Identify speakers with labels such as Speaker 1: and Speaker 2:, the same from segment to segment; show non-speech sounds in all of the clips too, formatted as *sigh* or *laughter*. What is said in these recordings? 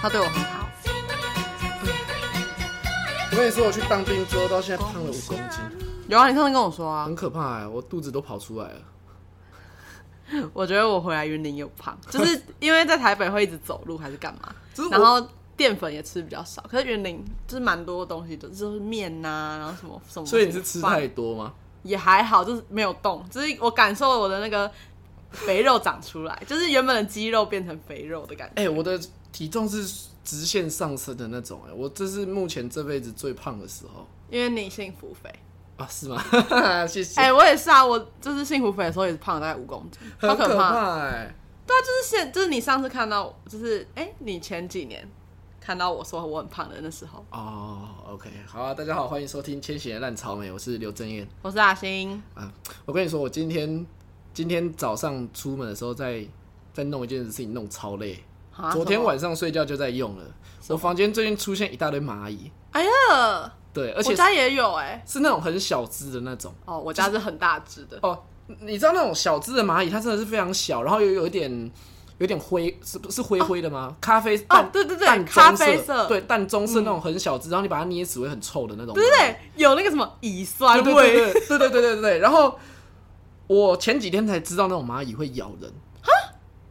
Speaker 1: 他对我很好。
Speaker 2: 我跟你说，我去当兵之后到现在胖了五公斤，
Speaker 1: 有啊，你上次跟我说啊
Speaker 2: 很，可怕哎、我肚子都跑出来了。嗯
Speaker 1: 我觉得我回来云林有胖，就是因为在台北会一直走路还是干嘛
Speaker 2: 就是，我
Speaker 1: 然后淀粉也吃比较少。可是云林就是蛮多东西的，就是面呐、然后什么什么。
Speaker 2: 所以你是吃
Speaker 1: 饭
Speaker 2: 太多吗？
Speaker 1: 也还好，就是没有动，只是我感受了我的那个肥肉长出来，就是原本的肌肉变成肥肉的感觉。
Speaker 2: 哎、我的体重是直线上升的那种哎、我这是目前这辈子最胖的时候
Speaker 1: 因为你幸福肥，
Speaker 2: 啊，是吗？ *laughs* 谢谢。
Speaker 1: 哎、我也是啊，我就是幸福肥的时候也是胖了大概五公斤，超
Speaker 2: 很可
Speaker 1: 怕。
Speaker 2: 怕哎、
Speaker 1: 对啊，就是现，就是你上次看到，就是哎、你前几年看到我说我很胖的那时候，
Speaker 2: 哦、o k 好啊，大家好，欢迎收听《千禧的烂草莓》，我是刘正燕。
Speaker 1: 我是阿星，
Speaker 2: 我跟你说，我今天今天早上出门的时候在，在弄一件事情，弄超累。
Speaker 1: 啊
Speaker 2: 昨天，晚上睡觉就在用了。我房间最近出现一大堆蚂蚁，
Speaker 1: 什么哎呀，
Speaker 2: 对，而
Speaker 1: 我
Speaker 2: 且是
Speaker 1: 家也有哎、
Speaker 2: 是那种很小只的那种。
Speaker 1: 哦，我家是很大只的，
Speaker 2: 哦，你知道那种小只的蚂蚁，它真的是非常小，然后又有一点有点灰，是是灰灰的吗？咖啡淡、
Speaker 1: 哦对对对
Speaker 2: 淡
Speaker 1: 咖
Speaker 2: 棕
Speaker 1: 啡
Speaker 2: 色，
Speaker 1: 色嗯
Speaker 2: 对淡棕色那种很小只，然后你把它捏死会很臭的那种。
Speaker 1: 对不对？有那个什么乙酸
Speaker 2: 对
Speaker 1: 味，
Speaker 2: 对对对对对对对。然后我前几天才知道那种蚂蚁会咬人，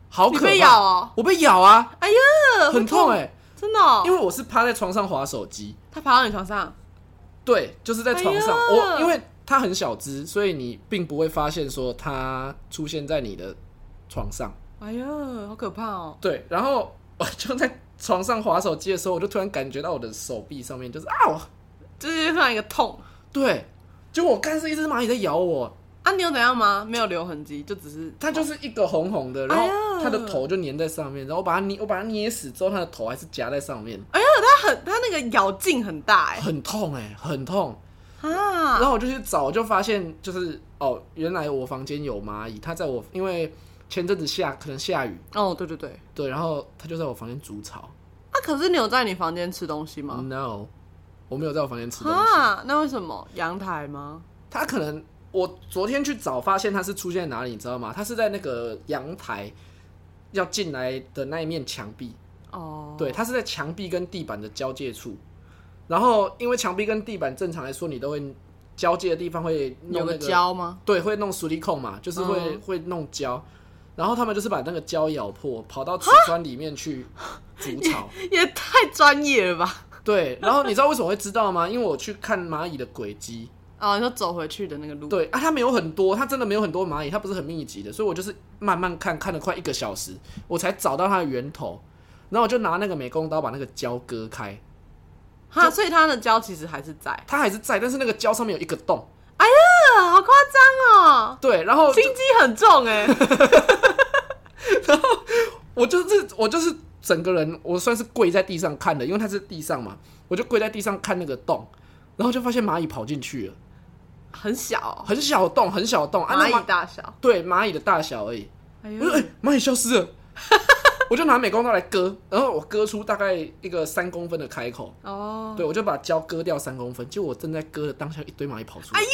Speaker 2: 好
Speaker 1: 你
Speaker 2: 可怕！
Speaker 1: 被咬哦
Speaker 2: 我被咬啊，
Speaker 1: 哎呀，会
Speaker 2: 很痛哎、
Speaker 1: 真的、哦，
Speaker 2: 因为我是趴在床上划手机，
Speaker 1: 它爬到你床上。
Speaker 2: 对，就是在床上。
Speaker 1: 哎呀
Speaker 2: 我因为它很小只，所以你并不会发现说它出现在你的床上。
Speaker 1: 哎呀，好可怕哦！
Speaker 2: 对，然后我就在床上划手机的时候，我就突然感觉到我的手臂上面就是啊，我
Speaker 1: 就是突然一个痛
Speaker 2: 对，就我看是一只蚂蚁在咬我，
Speaker 1: 啊！你有怎样吗？没有留痕迹，就只是
Speaker 2: 它就是一个红红的，然
Speaker 1: 哎
Speaker 2: 后
Speaker 1: 呀
Speaker 2: 它的头就粘在上面，然后我把它捏，我把它捏死之后，它的头还是夹在上面，
Speaker 1: 哎呀，它很它那个咬劲很大哎、
Speaker 2: 很痛哎、很痛。然
Speaker 1: 啊！
Speaker 2: 后我就去找，就发现就是哦，原来我房间有蚂蚁，它在我因为前阵子下可能下雨，
Speaker 1: 哦，对对对，
Speaker 2: 对，然后它就在我房间筑巢。
Speaker 1: 啊，可是你有在你房间吃东西吗？
Speaker 2: No，我没有在我房间吃东西。
Speaker 1: 啊，那为什么阳台吗？
Speaker 2: 它可能我昨天去找，发现它是出现在哪里，你知道吗？它是在那个阳台要进来的那一面墙壁，
Speaker 1: 哦，
Speaker 2: 对，它是在墙壁跟地板的交界处。然后因为墙壁跟地板正常来说，你都会交界的地方会弄、那
Speaker 1: 有个胶吗？
Speaker 2: 对，会弄熟力控嘛，就是会、
Speaker 1: 嗯
Speaker 2: 会弄胶。然后他们就是把那个胶咬破，跑
Speaker 1: 啊
Speaker 2: 到瓷砖里面去筑巢。
Speaker 1: *laughs* 也太专业了吧！
Speaker 2: 对，然后你知道为什么会知道吗？因为 *laughs* 我去看蚂蚁的轨迹。
Speaker 1: 哦，你说走回去的那个路，
Speaker 2: 对啊，它没有很多，它真的没有很多蚂蚁，它不是很密集的，所以我就是慢慢看，看了快一个小时，我才找到它的源头。然后我就拿那个美工刀把那个胶割开，
Speaker 1: 哈，所以它的胶其实还是在。
Speaker 2: 它还是在，但是那个胶上面有一个洞。
Speaker 1: 哎呀，好夸张哦！
Speaker 2: 对，然后就
Speaker 1: 心机很重哎、
Speaker 2: 我就是我就是整个人，我算是跪在地上看的，因为它是地上嘛，我就跪在地上看那个洞，然后就发现蚂蚁跑进去了，
Speaker 1: *laughs* 很 *laughs* 小、哦，
Speaker 2: 很小的洞，很小的洞，啊，那
Speaker 1: 蚂蚁大小。
Speaker 2: 对蚂蚁的大小而已。
Speaker 1: *laughs* 哎
Speaker 2: 我说哎
Speaker 1: 呦，，
Speaker 2: 蚂蚁消失了， *laughs* 我就拿美工刀来割，然后我割出大概一个三公分的开口，
Speaker 1: 哦，
Speaker 2: 对我就把胶割掉三公分，结果我正在割的当下，一堆蚂蚁跑出
Speaker 1: 哎
Speaker 2: 来，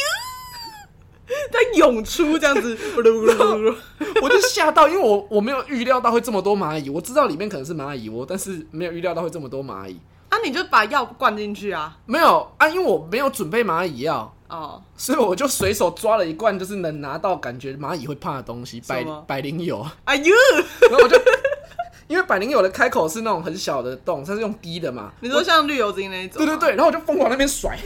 Speaker 1: 在涌出这样 *laughs* 子，咕噜咕噜咕噜咕噜
Speaker 2: *laughs* 我就吓到，因为我我没有预料到会这么多蚂蚁，我知道里面可能是蚂蚁窝，但是没有预料到会这么多蚂蚁。
Speaker 1: 啊，你就把药灌进去啊。
Speaker 2: 没有啊，因为我没有准备蚂蚁药，
Speaker 1: 哦，
Speaker 2: 所以我就随手抓了一罐，就是能拿到感觉蚂蚁会怕的东西，百
Speaker 1: 什么
Speaker 2: 百灵油。
Speaker 1: *laughs*
Speaker 2: *laughs*
Speaker 1: 哎呦，
Speaker 2: 然后我就，因为百灵油的开口是那种很小的洞，它是用滴的嘛。
Speaker 1: 你说像绿油精那一种啊
Speaker 2: 对
Speaker 1: 吗，
Speaker 2: 对对，然后我就疯狂那边甩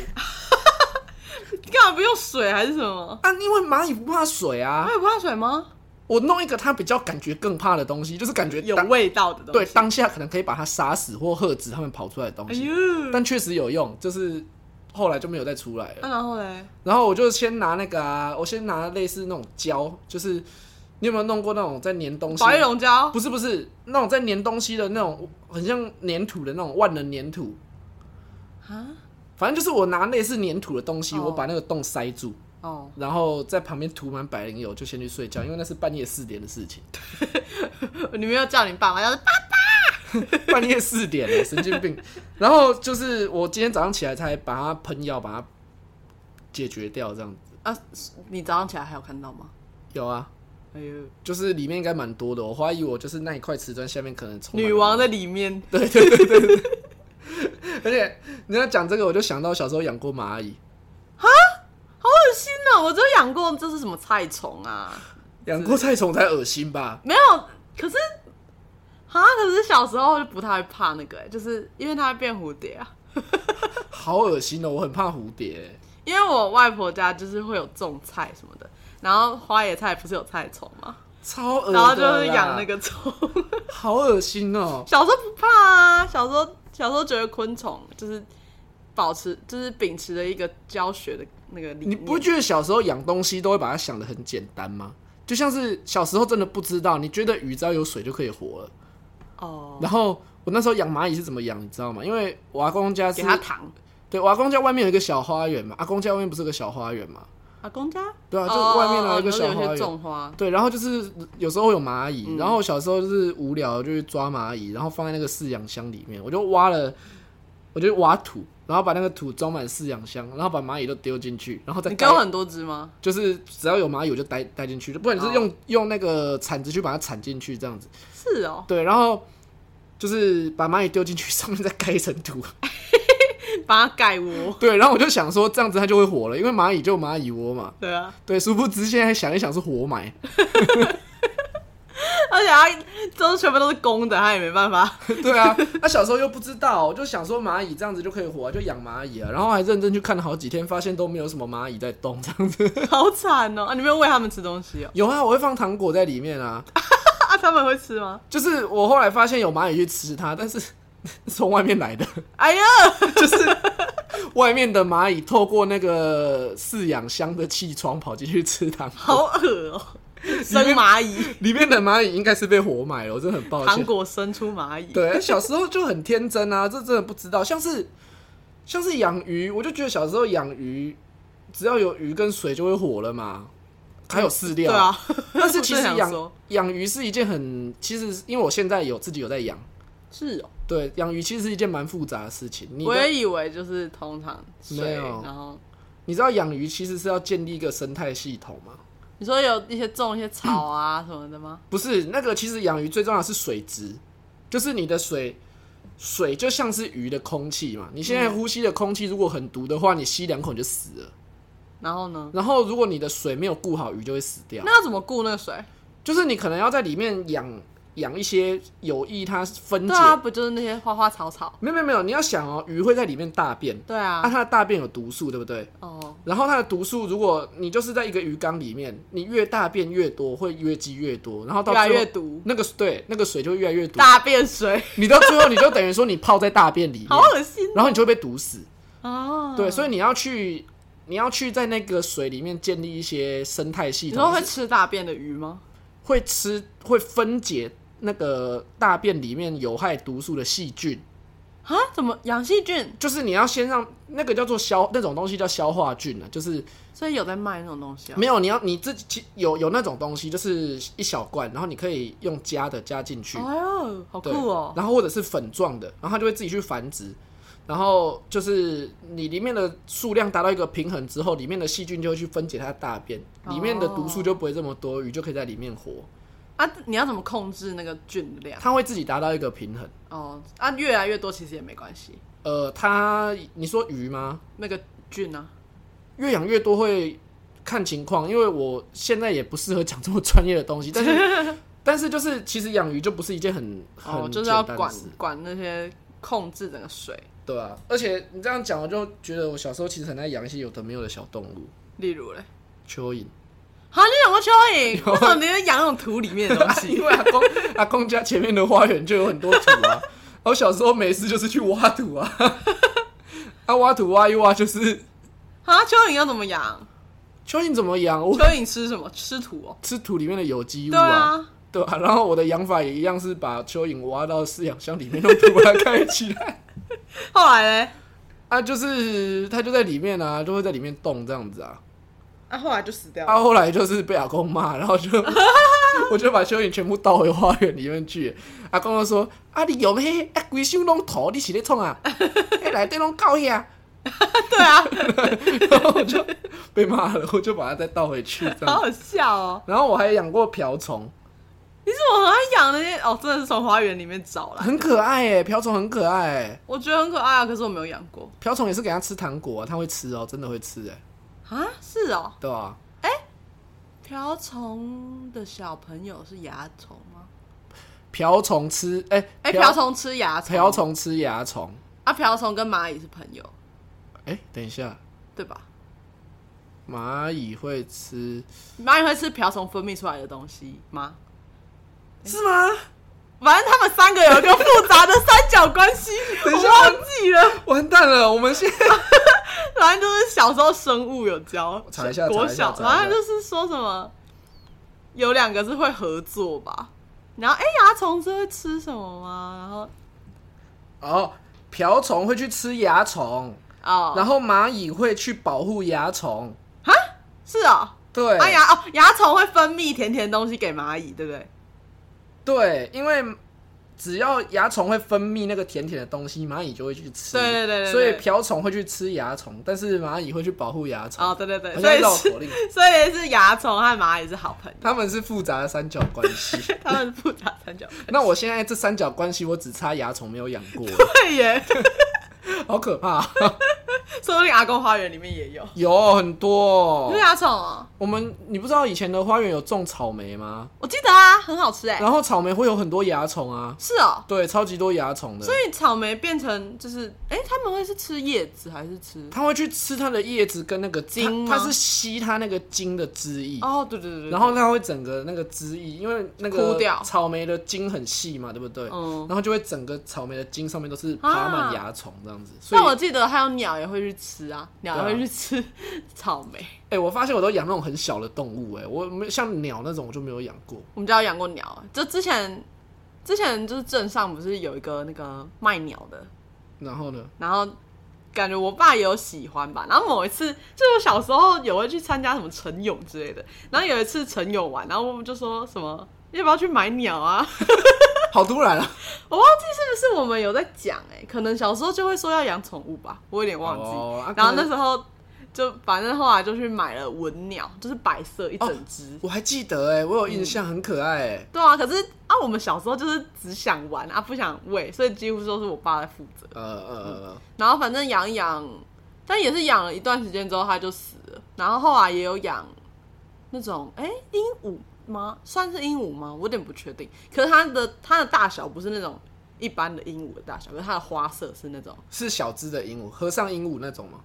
Speaker 1: 对，干嘛不用水还是什么？
Speaker 2: 啊，因为蚂蚁不怕水啊
Speaker 1: 它。也不怕水吗？
Speaker 2: 我弄一个它比较感觉更怕的东西，就是感觉
Speaker 1: 有
Speaker 2: 当
Speaker 1: 味道的东
Speaker 2: 对
Speaker 1: 西。
Speaker 2: 当下可能可以把它杀死或喝止它们跑出来的东
Speaker 1: 哎
Speaker 2: 西，
Speaker 1: 呦，
Speaker 2: 但确实有用，就是后来就没有再出来了
Speaker 1: 那、。然后嘞，
Speaker 2: 然后我就先拿那个啊，我先拿类似那种胶，就是你有没有弄过那种在粘东西？
Speaker 1: 保丽龙胶
Speaker 2: 不是不是，那种在粘东西的那种，很像粘土的那种万能粘土。
Speaker 1: 啊，
Speaker 2: 反正就是我拿类似粘土的东西，
Speaker 1: 哦
Speaker 2: 我把那个洞塞住，
Speaker 1: 哦，
Speaker 2: 然后在旁边涂满百灵油，就先去睡觉，因为那是半夜四点
Speaker 1: *laughs*
Speaker 2: 的事情。
Speaker 1: 你没有叫你爸妈，要是爸，
Speaker 2: 半夜四点了，神经病。然后就是我今天早上起来才把它喷药，把它解决掉，这样子。
Speaker 1: 啊，你早上起来还有看到吗？
Speaker 2: 有啊，
Speaker 1: 哎哎呦，
Speaker 2: 就是里面应该蛮多的。我怀疑我就是那一块瓷砖下面可能充满
Speaker 1: 女
Speaker 2: 了
Speaker 1: 王在里面，
Speaker 2: 而且你要讲这个，我就想到小时候养过蚂蚁，
Speaker 1: 好恶心哦！我只有养过，这是什么菜虫啊？
Speaker 2: 养过菜虫才恶心吧？
Speaker 1: 没有，可是啊，可是小时候就不太会怕那个、欸，就是因为它会变蝴蝶啊。
Speaker 2: 好恶心哦，我很怕蝴蝶欸。
Speaker 1: 因为我外婆家就是会有种菜什么的，然后花椰菜不是有菜虫吗？
Speaker 2: 超恶的
Speaker 1: 然
Speaker 2: 啦，
Speaker 1: 后就是养那个虫。
Speaker 2: 好恶心哦！
Speaker 1: 小时候不怕啊，小时候小时候觉得昆虫就是保持就是秉持着一个教学的那个理念。
Speaker 2: 你不觉得小时候养东西都会把它想的很简单吗？就像是小时候真的不知道，你觉得鱼只要有水就可以活了。
Speaker 1: 哦？
Speaker 2: 然后我那时候养蚂蚁是怎么养，你知道吗？因为我阿公家是
Speaker 1: 给它糖，
Speaker 2: 对，我阿公家外面有一个小花园嘛，阿公家外面不是有个小花园嘛？
Speaker 1: 阿公家
Speaker 2: 对啊，就
Speaker 1: 哦
Speaker 2: 外面
Speaker 1: 哦
Speaker 2: 啊
Speaker 1: 哦
Speaker 2: 一个
Speaker 1: 就是
Speaker 2: 小
Speaker 1: 有
Speaker 2: 花
Speaker 1: 些
Speaker 2: 园。
Speaker 1: 种嗯花，
Speaker 2: 对，然后就是有时候会有蚂蚁，然后我小时候就是无聊就去抓蚂蚁，然后放在那个饲养箱里面，我就挖了，我就挖土，然后把那个土装满饲养箱，然后把蚂蚁都丢进去，然后再
Speaker 1: 你给
Speaker 2: 盖
Speaker 1: 我很多只吗？
Speaker 2: 就是只要有蚂蚁我就带带进去，就不然就是用、用那个铲子去把它铲进去这样子。
Speaker 1: 是哦，
Speaker 2: 对，然后就是把蚂蚁丢进去，上面再盖一层土。 *laughs*
Speaker 1: 把它盖窝。
Speaker 2: 对，然后我就想说这样子它就会活了，因为蚂蚁就有蚂蚁窝嘛。
Speaker 1: 对啊，
Speaker 2: *laughs* 对，殊不知现在想一想是活埋， *laughs*
Speaker 1: 而且它都全部都是公的，它也没办法。 *laughs*
Speaker 2: 对啊，他小时候又不知道，就想说蚂蚁这样子就可以活、就养蚂蚁啊，然后还认真去看了好几天，发现都没有什么蚂蚁在动，这样子。 *laughs*
Speaker 1: 好惨哦！啊，你没有喂他们吃东西哦？ *laughs*
Speaker 2: 有啊，我会放糖果在里面啊，
Speaker 1: 啊，他们会吃吗？
Speaker 2: 就是我后来发现有蚂蚁去吃它，但是 *laughs* 从外面来的，
Speaker 1: 哎呀， *laughs*
Speaker 2: 就是外面的蚂蚁透过那个饲养箱的气窗跑进去吃糖果，
Speaker 1: 好恶哦！生蚂蚁，
Speaker 2: 里面的蚂蚁应该是被活埋了，我真的很抱
Speaker 1: 糖
Speaker 2: 歉。
Speaker 1: 果生出蚂蚁。
Speaker 2: 对，哎小时候就很天真啊，这真的不知道，像是像是养鱼，我就觉得小时候养鱼，只要有鱼跟水就会火了嘛，还有饲料。
Speaker 1: 对啊， *laughs*
Speaker 2: 但是其实
Speaker 1: 我正想
Speaker 2: 养
Speaker 1: 说
Speaker 2: 养鱼是一件很，其实因为我现在有自己有在养，
Speaker 1: 是哦。
Speaker 2: 对，养鱼其实是一件蛮复杂的事情。你
Speaker 1: 我
Speaker 2: 的
Speaker 1: 也以为就是通常
Speaker 2: 没
Speaker 1: 水，
Speaker 2: 有
Speaker 1: 然后
Speaker 2: 你知道养鱼其实是要建立一个生态系统吗？
Speaker 1: 你说有一些种一些草啊什么的吗？
Speaker 2: 不是，那个其实养鱼最重要的是水质，就是你的水，水就像是鱼的空气嘛。你现在呼吸的空气如果很毒的话，你吸两口你就死了。
Speaker 1: 然后呢？
Speaker 2: 然后如果你的水没有顾好，鱼就会死掉。
Speaker 1: 那要怎么顾那个水？
Speaker 2: 就是你可能要在里面养养一些有益它分解。
Speaker 1: 对啊，不就是那些花花草草？
Speaker 2: 没有没有没有，你要想哦，鱼会在里面大便，
Speaker 1: 对
Speaker 2: 啊，
Speaker 1: 啊，
Speaker 2: 它的大便有毒素，对不对？
Speaker 1: 哦，
Speaker 2: 然后它的毒素，如果你就是在一个鱼缸里面，你越大便越多，会越积越多，然后到
Speaker 1: 越来
Speaker 2: 最后
Speaker 1: 越毒，
Speaker 2: 那个对那个水就会越来越毒，
Speaker 1: 大便水，
Speaker 2: 你到最后你就等于说你泡在大便里面
Speaker 1: 好，恶心
Speaker 2: 然后你就会被毒死。
Speaker 1: 啊！
Speaker 2: 对，所以你要去你要去在那个水里面建立一些生态系
Speaker 1: 你
Speaker 2: 统
Speaker 1: 说，会吃大便的鱼吗？
Speaker 2: 会吃会分解那个大便里面有害毒素的细菌，
Speaker 1: 啊？怎么养细菌？
Speaker 2: 就是你要先让那个叫做消那种东西叫消化菌啊，就是
Speaker 1: 所以有在卖那种东西啊？
Speaker 2: 没有你要你自己其有有那种东西，就是一小罐，然后你可以用加的加进去，
Speaker 1: 哎呦，好酷
Speaker 2: 对，
Speaker 1: 哦！
Speaker 2: 然后或者是粉状的，然后它就会自己去繁殖。然后就是你里面的数量达到一个平衡之后，里面的细菌就会去分解它的大便，
Speaker 1: 哦
Speaker 2: 里面的毒素就不会这么多，鱼就可以在里面活，
Speaker 1: 啊，你要怎么控制那个菌的量？
Speaker 2: 它会自己达到一个平衡。
Speaker 1: 哦，啊，越来越多其实也没关系，
Speaker 2: 呃，它你说鱼吗？
Speaker 1: 那个菌啊，
Speaker 2: 越养越多会看情况，因为我现在也不适合讲这么专业的东西，但是
Speaker 1: *laughs*
Speaker 2: 但是就是其实养鱼就不是一件很很、
Speaker 1: 哦，就是要管管那些控制整个水，
Speaker 2: 对啊，而且你这样讲，我就觉得我小时候其实很爱养一些有的没有的小动物，
Speaker 1: 例如嘞，
Speaker 2: 蚯蚓。
Speaker 1: 好，你养过蚯蚓？为什么你在养那种土里面的东西？
Speaker 2: *laughs* *laughs* 因为阿公阿公家前面的花园就有很多土 *laughs* 啊，我小时候没事就是去挖土啊， *laughs* 啊挖土挖一挖就是
Speaker 1: 啊，蚯蚓要怎么养？
Speaker 2: 蚯蚓怎么养？我
Speaker 1: 蚯蚓吃什么？吃土哦。
Speaker 2: 吃土里面的有机物
Speaker 1: 对啊，
Speaker 2: 对吧、然后我的养法也一样是把蚯蚓挖到饲养箱里面，用土把它盖起来。
Speaker 1: 后来嘞，
Speaker 2: 啊，就是它就在里面啊，就会在里面动这样子啊。
Speaker 1: 啊，后来就死掉了。
Speaker 2: 啊，后来就是被阿公骂，然
Speaker 1: *laughs*
Speaker 2: 后就我就把蚯蚓全部倒回花园里面去。阿公就说：“啊，你用迄啊，规箱拢土，你是咧创啊？迄内底拢狗呀！”
Speaker 1: 对啊，
Speaker 2: 然后我
Speaker 1: *laughs*
Speaker 2: 就被骂了，我就把它再倒回去这
Speaker 1: 好
Speaker 2: 样。
Speaker 1: 好笑哦！
Speaker 2: 然后我还养过瓢虫，
Speaker 1: 你怎么很爱养那些？哦，真的是从花园里面找来，
Speaker 2: 很可爱哎，瓢虫很可爱哎，
Speaker 1: 我觉得很可爱啊，可是我没有养过
Speaker 2: 瓢虫也是给它吃糖果、啊，它会吃哦、真的会吃哎，
Speaker 1: 啊。是哦，
Speaker 2: 对吧、
Speaker 1: 瓢虫的小朋友是蚜虫吗？
Speaker 2: 瓢虫吃哎
Speaker 1: 哎、瓢虫吃蚜虫，
Speaker 2: 瓢虫吃蚜虫，
Speaker 1: 啊，瓢虫跟蚂蚁是朋友，
Speaker 2: 哎、等一下，
Speaker 1: 对吧？
Speaker 2: 蚂蚁会吃
Speaker 1: 蚂蚁会吃瓢虫分泌出来的东西吗？
Speaker 2: 是吗？
Speaker 1: 反正他们三个有一个复杂的三角关系，我
Speaker 2: *laughs* 等一下
Speaker 1: 忘记了。
Speaker 2: 完蛋了，我们现在
Speaker 1: 反正就是小时候生物有教，
Speaker 2: 查一下
Speaker 1: 国
Speaker 2: 查一下
Speaker 1: 小，
Speaker 2: 查一下
Speaker 1: 然后就是说什么有两个是会合作吧，然后哎，蚜、虫是会吃什么吗？然后
Speaker 2: *laughs* 哦，瓢虫会去吃蚜虫，
Speaker 1: 哦，
Speaker 2: 然
Speaker 1: 后
Speaker 2: 后蚂蚁会去保护蚜虫，
Speaker 1: 是哦，
Speaker 2: 对，
Speaker 1: 啊蚜哦蚜虫会分泌甜甜的东西给蚂蚁，对不对？
Speaker 2: 所以瓢虫会去吃蚜虫，但是蚂蚁会去保护蚜虫。
Speaker 1: 哦，对对对，
Speaker 2: 好
Speaker 1: 所
Speaker 2: 像绕
Speaker 1: 以是
Speaker 2: 口令。
Speaker 1: *laughs* 所以是蚜虫和蚂蚁是好朋友，
Speaker 2: 他们是复杂的三角关系。
Speaker 1: *laughs* 他们是复杂三角关系。
Speaker 2: 那我现在这三角关系，我只差蚜虫没有养
Speaker 1: *laughs*
Speaker 2: 过，
Speaker 1: 对耶，
Speaker 2: 好可怕、
Speaker 1: 说不定阿公花园里面也有。
Speaker 2: 有很多、哦
Speaker 1: 是。蚜虫哦，
Speaker 2: 我们你不知道以前的花园有种草莓吗？
Speaker 1: 我记得啊，很好吃哎、
Speaker 2: 然后草莓会有很多蚜虫啊，
Speaker 1: 是哦，
Speaker 2: 对，超级多蚜虫的
Speaker 1: 所。以草莓变成就是，哎、他们会是吃叶子还是吃？
Speaker 2: 它会去吃它的叶子跟那个
Speaker 1: 茎吗
Speaker 2: 它它是吸它那个茎的汁液，
Speaker 1: 哦，对对对对，
Speaker 2: 然后它会整个那个汁液，因为那个
Speaker 1: 枯掉
Speaker 2: 草莓的茎很细嘛，对不对？
Speaker 1: 嗯
Speaker 2: 然后就会整个草莓的茎上面都是爬满蚜虫这样子。所以
Speaker 1: 但我记得还有鸟也会去吃啊，鸟也会去吃草莓。
Speaker 2: 哎、我发现我都养那种很小的动物、哎，我没像鸟那种我就没有养过。
Speaker 1: 我们家有养过鸟，啊就之前之前就是镇上不是有一个那个卖鸟的，
Speaker 2: 然后呢，
Speaker 1: 然后感觉我爸也有喜欢吧。然后某一次，就是我小时候有会去参加什么晨泳之类的，然后有一次晨泳完，然后我们就说什么要不要去买鸟啊？
Speaker 2: 好突然啊！
Speaker 1: 我忘记是不是我们有在讲哎、可能小时候就会说要养宠物吧，我有点忘记。
Speaker 2: 哦啊
Speaker 1: 然后
Speaker 2: 可
Speaker 1: 那
Speaker 2: 能
Speaker 1: 时候就反正后来就去买了文鸟，就是白色一整只。
Speaker 2: 我还记得、哎，我有印象，很可爱、哎、
Speaker 1: 对啊，可是啊，我们小时候就是只想玩啊，不想喂，所以几乎都是我爸在负责。
Speaker 2: 呃呃呃
Speaker 1: 然后反正养一养，但也是养了一段时间之后它就死了。然后后来也有养那种哎鹦鹉吗？算是鹦鹉吗？我有点不确定。可是它的它的大小不是那种一般的鹦鹉的大小，可是它的花色是那种
Speaker 2: 是小只的鹦鹉，和尚鹦鹉那种吗？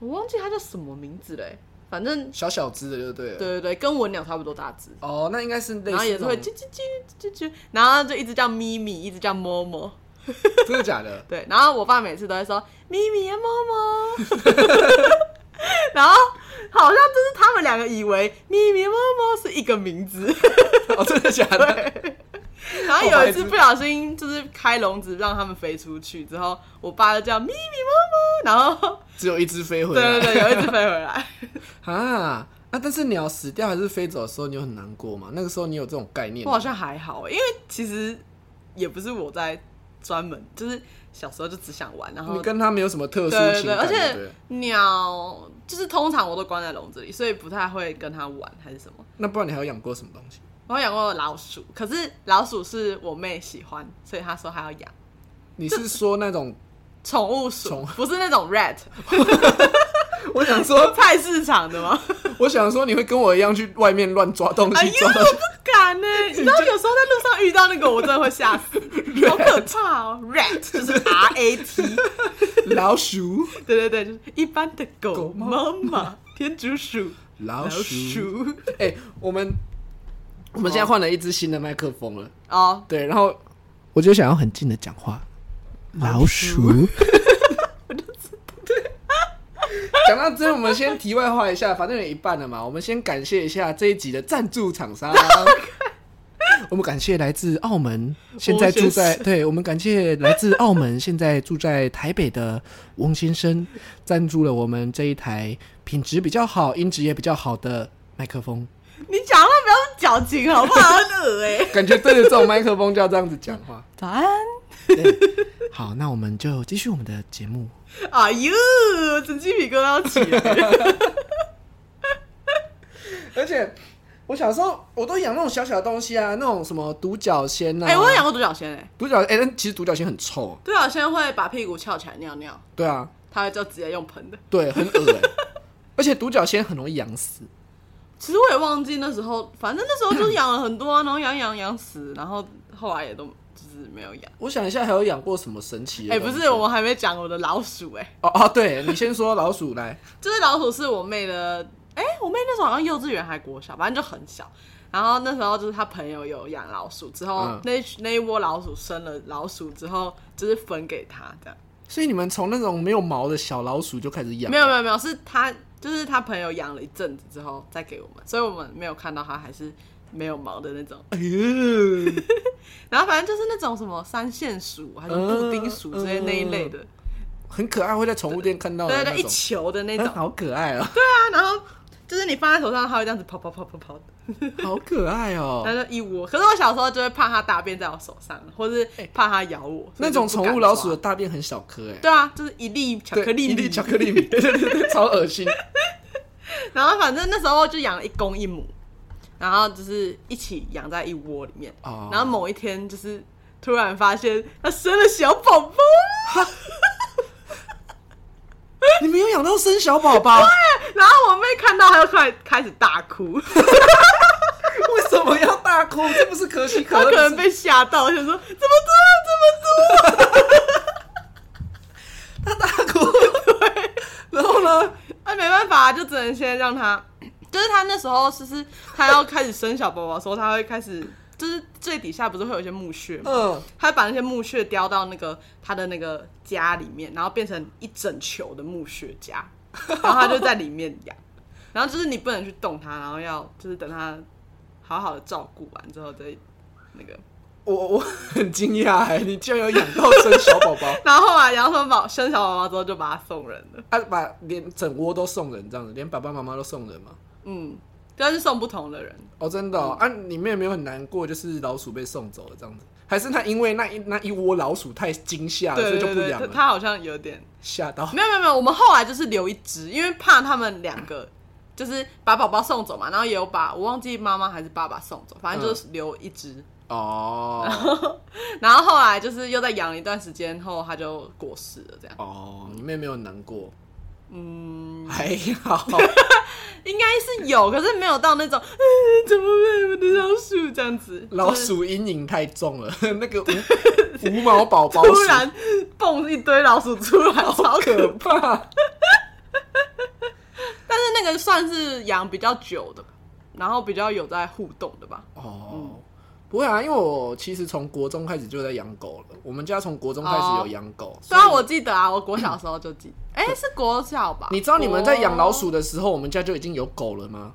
Speaker 1: 我忘记它叫什么名字嘞、反正
Speaker 2: 小小只的就对了。
Speaker 1: 对对对，跟文鸟差不多大只。
Speaker 2: 哦，那应该是类似
Speaker 1: 然后也是会
Speaker 2: 那种
Speaker 1: 啾啾啾啾啾，然后就一直叫咪咪，一直叫摸摸，
Speaker 2: 真的假
Speaker 1: *laughs*
Speaker 2: 的？
Speaker 1: 对，然后我爸每次都会说咪咪呀，摸摸，然后好像就是他们两个以为咪咪摸摸是一个名字，
Speaker 2: 哦，真的假的？
Speaker 1: 然后有一次不小心就是开笼子让他们飞出去之后，我爸就叫咪咪摸摸，然后
Speaker 2: 只有一只飞回
Speaker 1: 对
Speaker 2: 来。
Speaker 1: 对对，有一只飞回来，
Speaker 2: 啊。啊！但是鸟死掉还是飞走的时候，你有很难过吗？那个时候你有这种概念
Speaker 1: 我
Speaker 2: 吗？
Speaker 1: 好像还好，欸因为其实也不是我在专门，就是小时候就只想玩，然后
Speaker 2: 你跟它没有什么特殊
Speaker 1: 对对
Speaker 2: 情
Speaker 1: 对，
Speaker 2: 感，
Speaker 1: 而
Speaker 2: 对了
Speaker 1: 且鸟就是通常我都关在笼子里，所以不太会跟它玩还是什么。
Speaker 2: 那不然你还有养过什么东西？
Speaker 1: 我养过老鼠，可是老鼠是我妹喜欢，所以她说她要养
Speaker 2: 你是说那
Speaker 1: *laughs*
Speaker 2: 种？
Speaker 1: 宠物鼠
Speaker 2: 宠，
Speaker 1: 不是那种
Speaker 2: *laughs*
Speaker 1: rat
Speaker 2: 我想说，
Speaker 1: 菜市场的吗？
Speaker 2: 我想说你会跟我一样去外面乱抓东
Speaker 1: 哎
Speaker 2: 西，
Speaker 1: 呀，
Speaker 2: 抓到
Speaker 1: 我不敢呢、你
Speaker 2: *laughs*
Speaker 1: 知道有时候在路上遇到那个，我真的会吓死，好可怕哦！rat 就是 R A T，
Speaker 2: 老鼠，
Speaker 1: 对对对，就是一般的狗、
Speaker 2: 狗
Speaker 1: 妈
Speaker 2: 妈
Speaker 1: 妈、 *laughs* 天竺鼠、
Speaker 2: 老
Speaker 1: 老
Speaker 2: 鼠。
Speaker 1: 鼠。
Speaker 2: 哎、我们我们现在换了一支新的麦克风了，
Speaker 1: 哦，
Speaker 2: 对，然后我就想要很近的讲话，老 *laughs* 鼠。讲到这，我们先题外话一下，反正有一半了嘛，我们先感谢一下这一集的赞助厂商。 *laughs* 我们感谢来自澳门，现在住
Speaker 1: 翁
Speaker 2: 在
Speaker 1: 先
Speaker 2: 对，我们感谢来自澳门，现在住在台北的翁先生，赞助了我们这一台品质比较好、音质也比较好的麦克风。
Speaker 1: 你讲话不要矫情好不好？很恶哎、
Speaker 2: 感觉对着这种麦克风就要这样子讲话。
Speaker 1: 早安。
Speaker 2: 好，那我们就继续我们的节目。
Speaker 1: 哎呦，整鸡皮疙瘩起 *laughs* 来了。
Speaker 2: 而且我小时候我都养那种小小的东西啊，那种什么独角仙啊。
Speaker 1: 哎、我有养过独角仙哎、
Speaker 2: 独角，哎、但其实独角仙很臭、啊。
Speaker 1: 独角仙会把屁股翘起来尿尿，
Speaker 2: 对啊，
Speaker 1: 它就直接用喷的。
Speaker 2: 对，很恶哎、 *laughs* 而且独角仙很容易养死。
Speaker 1: 其实我也忘记那时候，反正那时候就是养了很 *laughs* 多、啊，然后养养养死，然后后来也都就是没有养。
Speaker 2: 我想一下，还有养过什么神奇的
Speaker 1: 哎、
Speaker 2: 东
Speaker 1: 不
Speaker 2: 西？
Speaker 1: 是，我们还没讲我的老鼠哎、
Speaker 2: 哦哦，对你先说老鼠来，
Speaker 1: 这只老鼠是我妹的，哎、我妹那时候好像幼稚园还国小，反正就很小。然后那时候就是她朋友有养老鼠，之后、
Speaker 2: 嗯
Speaker 1: 那一那一窝老鼠生了老鼠之后，就是分给她这样。
Speaker 2: 所以你们从那种没有毛的小老鼠就开始养，
Speaker 1: 没有没有没有，是她就是她朋友养了一阵子之后再给我们，所以我们没有看到它还是没有毛的那种。
Speaker 2: 哎呦，
Speaker 1: 然后反正就是那种什么三线鼠还是布丁鼠之类
Speaker 2: 嗯嗯
Speaker 1: 那一类的，
Speaker 2: *laughs* 很可爱，会在宠物店看到的
Speaker 1: 对
Speaker 2: 那
Speaker 1: 对对，
Speaker 2: 种，
Speaker 1: 一球的那种。
Speaker 2: *laughs* 嗯好可爱
Speaker 1: *laughs*
Speaker 2: 哦、
Speaker 1: 对啊，然后就是你放在头上，它会这样子跑跑跑跑跑。
Speaker 2: 好可爱哦、
Speaker 1: 它就一窝。可是我小时候就会怕它大便在我手上，或是怕它咬我。所
Speaker 2: 哎那
Speaker 1: 以就
Speaker 2: 种
Speaker 1: 不敢
Speaker 2: 宠物老鼠的
Speaker 1: 抓，
Speaker 2: 大便很小颗哎、
Speaker 1: 对啊，就是一粒巧克力
Speaker 2: 对一
Speaker 1: 米
Speaker 2: 粒巧克力米， *laughs* 对对对对，超恶心。
Speaker 1: 然后反正那时候就养了一公一母，然后就是一起养在一窝里面。
Speaker 2: 哦
Speaker 1: 然后某一天就是突然发现它生了小宝宝，
Speaker 2: 你们有养到生小宝宝？
Speaker 1: 然后我妹看到她就快开始大哭，
Speaker 2: *laughs* 为什么要大哭？这不是可喜可
Speaker 1: 她
Speaker 2: 贺
Speaker 1: 可
Speaker 2: 的
Speaker 1: 能
Speaker 2: 事？
Speaker 1: 被吓到，想说怎么这样
Speaker 2: 他大哭，然
Speaker 1: 怎么
Speaker 2: 后呢？
Speaker 1: 这样？哎，没办法，就只能先让她。就是她那时候，就是她要开始生小宝宝的时候，她会开始，就是最底下不是会有一些墓穴吗？
Speaker 2: 嗯，
Speaker 1: 他把那些木屑雕到那个他的那个家里面，然后变成一整球的木屑家，然后他就在里面养。然后就是你不能去动它，然后要就是等它好好的照顾完之后再那个。，
Speaker 2: 我我很惊讶哎，你竟然有养到生小宝宝 *laughs*
Speaker 1: 然后后来杨春宝生小宝宝之后就把它送人了，
Speaker 2: 他把连整窝都送人这样子，连爸爸妈妈都送人嘛？
Speaker 1: 嗯，但是送不同的人，
Speaker 2: 哦，真的哦、啊，你们有没有很难过？就是老鼠被送走了这样子，还是他因为那一那一窝老鼠太惊吓了，所
Speaker 1: 对
Speaker 2: 以就
Speaker 1: 对
Speaker 2: 不
Speaker 1: 对，
Speaker 2: 养
Speaker 1: 他
Speaker 2: 了，
Speaker 1: 他好像有点
Speaker 2: 吓到？
Speaker 1: *laughs*
Speaker 2: *laughs*
Speaker 1: 没有没有没有，我们后来就是留一只，因为怕他们两
Speaker 2: *laughs*
Speaker 1: 个就是把宝宝送走嘛，然后也有把我忘记妈妈还是爸爸送走，反正就是留一只。
Speaker 2: 哦
Speaker 1: 然后后来就是又在养了一段时间后，他就过世了，这样
Speaker 2: 哦，你们有没有难过？嗯，还好，
Speaker 1: 应该是有，可是没有到那种，嗯，怎么办，我的老鼠这样子，
Speaker 2: 老鼠阴影太重了， *laughs* 那个无无毛宝宝
Speaker 1: 突
Speaker 2: 鼠
Speaker 1: 然蹦一堆老鼠出来，超可
Speaker 2: 可。 *laughs* 怕。
Speaker 1: 但是那个算是养比较久的，然后比较有在互动的吧。
Speaker 2: 哦，不会啊，因为我其实从国中开始就在养狗了。我们家从国中开始有养狗，
Speaker 1: 虽然我记得啊，我国小的时候就记，哎、是国小吧？
Speaker 2: 嗯你知道你们在养老
Speaker 1: 国
Speaker 2: 鼠的时候，我们家就已经有狗了吗？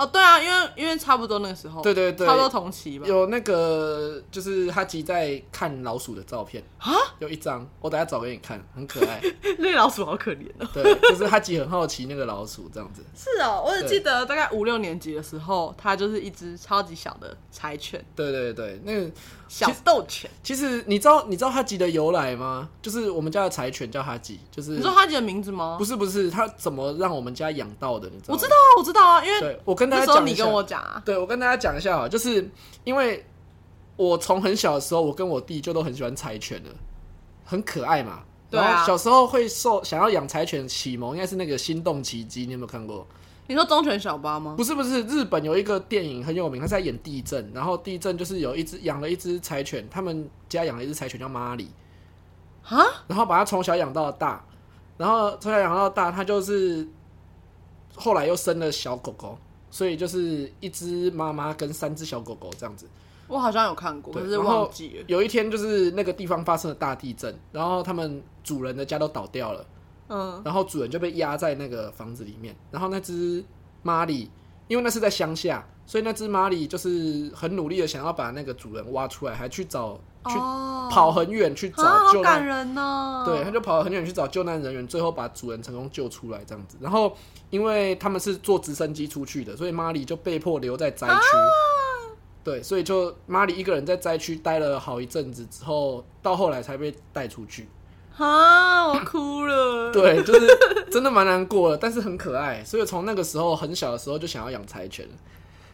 Speaker 1: 哦？对啊，因为因为差不多那个时候，
Speaker 2: 对对对
Speaker 1: 差不多同期吧。
Speaker 2: 有那个就是哈吉在看老鼠的照片
Speaker 1: 啊， *laughs*
Speaker 2: 有一张，我等下找给你看，很可爱。
Speaker 1: 那个老鼠好可怜哦。
Speaker 2: 对，就是哈吉很好奇那个老鼠这样子。
Speaker 1: 是哦，我只
Speaker 2: 对
Speaker 1: 记得大概五六年级的时候，它就是一只超级小的柴犬，
Speaker 2: 对对对，那个
Speaker 1: 小斗犬。
Speaker 2: 其实你知道你知道哈吉的由来吗？就是我们家的柴犬叫哈吉，就是
Speaker 1: 你说它的名字吗？
Speaker 2: 不是不是，它怎么让我们家养到的？你知道
Speaker 1: 我
Speaker 2: 吗？
Speaker 1: 知道啊，我知道啊，因为
Speaker 2: 对，我跟大
Speaker 1: 那
Speaker 2: 家
Speaker 1: 时候
Speaker 2: 讲
Speaker 1: 你
Speaker 2: 一下
Speaker 1: 跟我讲啊，
Speaker 2: 对，我跟大家讲一下啊，就是因为我从很小的时候，我跟我弟就都很喜欢柴犬的，很可爱嘛。
Speaker 1: 对啊
Speaker 2: 然后小时候会受想要养柴犬启蒙，应该是那个《心动奇迹》，你有没有看过？
Speaker 1: 你说忠犬小八吗？
Speaker 2: 不是不是，日本有一个电影很有名，他在演地震，然后地震就是有一只养了一只柴犬，他们家养了一只柴犬叫玛丽，
Speaker 1: 啊，
Speaker 2: 然后把它从小养到大，然后从小养到大，它就是后来又生了小狗狗，所以就是一只妈妈跟三只小狗狗这样子。
Speaker 1: 我好像有看过，
Speaker 2: 对
Speaker 1: 可是
Speaker 2: 然后
Speaker 1: 忘记了。
Speaker 2: 有一天就是那个地方发生了大地震，然后他们主人的家都倒掉了，
Speaker 1: 嗯，
Speaker 2: 然后主人就被压在那个房子里面，然后那只玛丽，因为那是在乡下，所以那只玛丽就是很努力的想要把那个主人挖出来，还去找去
Speaker 1: 哦，
Speaker 2: 跑很远去
Speaker 1: 啊，
Speaker 2: 找
Speaker 1: 好
Speaker 2: 救
Speaker 1: 感
Speaker 2: 难，
Speaker 1: 人哦呢。
Speaker 2: 对，他就跑很远去找救难人员，最后把主人成功救出来这样子。然后因为他们是坐直升机出去的，所以玛丽就被迫留在灾区。对，所以就马里一个人在灾区待了好一阵子之后，到后来才被带出去。
Speaker 1: 啊，我哭 *laughs* 了。，
Speaker 2: 对，就是真的蛮难过的，但是很可爱，所以从那个时候很小的时候就想要养柴犬，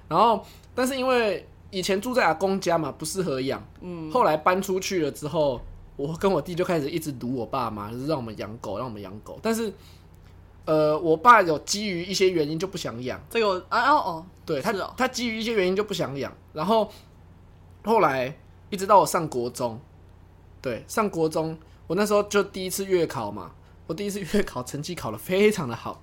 Speaker 2: 然后但是因为以前住在阿公家嘛，不适合养，嗯，后来搬出去了之后，我跟我弟就开始一直堵我爸妈，就是让我们养狗，让我们养狗，但是呃，我爸有基于一些原因就不想养。
Speaker 1: 这个我啊哦哦，
Speaker 2: 对他，
Speaker 1: 是哦
Speaker 2: 他基于一些原因就不想养，然后后来一直到我上国中，对，上国中我那时候就第一次月考嘛，我第一次月考成绩考得非常的好，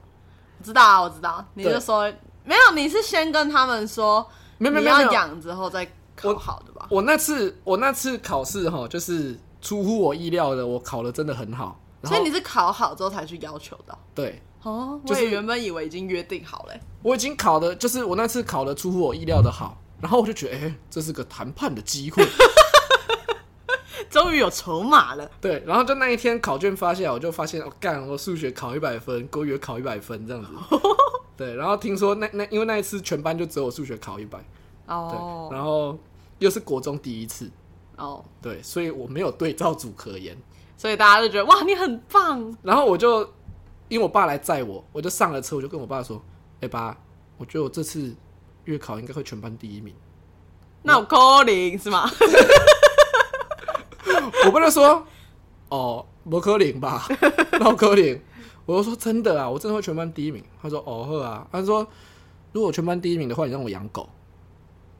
Speaker 1: 我知道啊，我知道。你
Speaker 2: 对
Speaker 1: 就说没有，你是先跟他们说
Speaker 2: 没有没有
Speaker 1: 你
Speaker 2: 没有没
Speaker 1: 要
Speaker 2: 有，
Speaker 1: 养之后再考好的吧？
Speaker 2: 我那次我那次考试哈，就是出乎我意料的，我考得真的很好，然
Speaker 1: 所以
Speaker 2: 后
Speaker 1: 你是考好之后才去要求的哦
Speaker 2: 对
Speaker 1: 哦。
Speaker 2: 就
Speaker 1: 我
Speaker 2: 是
Speaker 1: 也原本以为已经约定好了欸，
Speaker 2: 我已经考的，就是我那次考的出乎我意料的好，然后我就觉得，哎、这是个谈判的机会，
Speaker 1: 终于有筹码了。
Speaker 2: 对，然后就那一天考卷发下来，我就发现，哦、干，我数学考一百分，国语也考一百分这样子。对，然后听说那那因为那一次全班就只有我数学考一百，对，
Speaker 1: 哦
Speaker 2: 然后又是国中第一次，
Speaker 1: 哦，
Speaker 2: 对，所以我没有对照组可言。
Speaker 1: 所以大家就觉得哇，你很棒。
Speaker 2: 然后我就因为我爸来载我，我就上了车，我就跟我爸说：“哎、爸，我觉得我这次月考应该会全班第一名。
Speaker 1: 那我 calling 是吗？” *laughs*
Speaker 2: *laughs* 我爸就说：“哦，不可能吧， *laughs* 不可能。”我就说：“真的啊，我真的会全班第一名。”他说：“哦呵啊。”他说：“如果我全班第一名的话，你让我养狗。”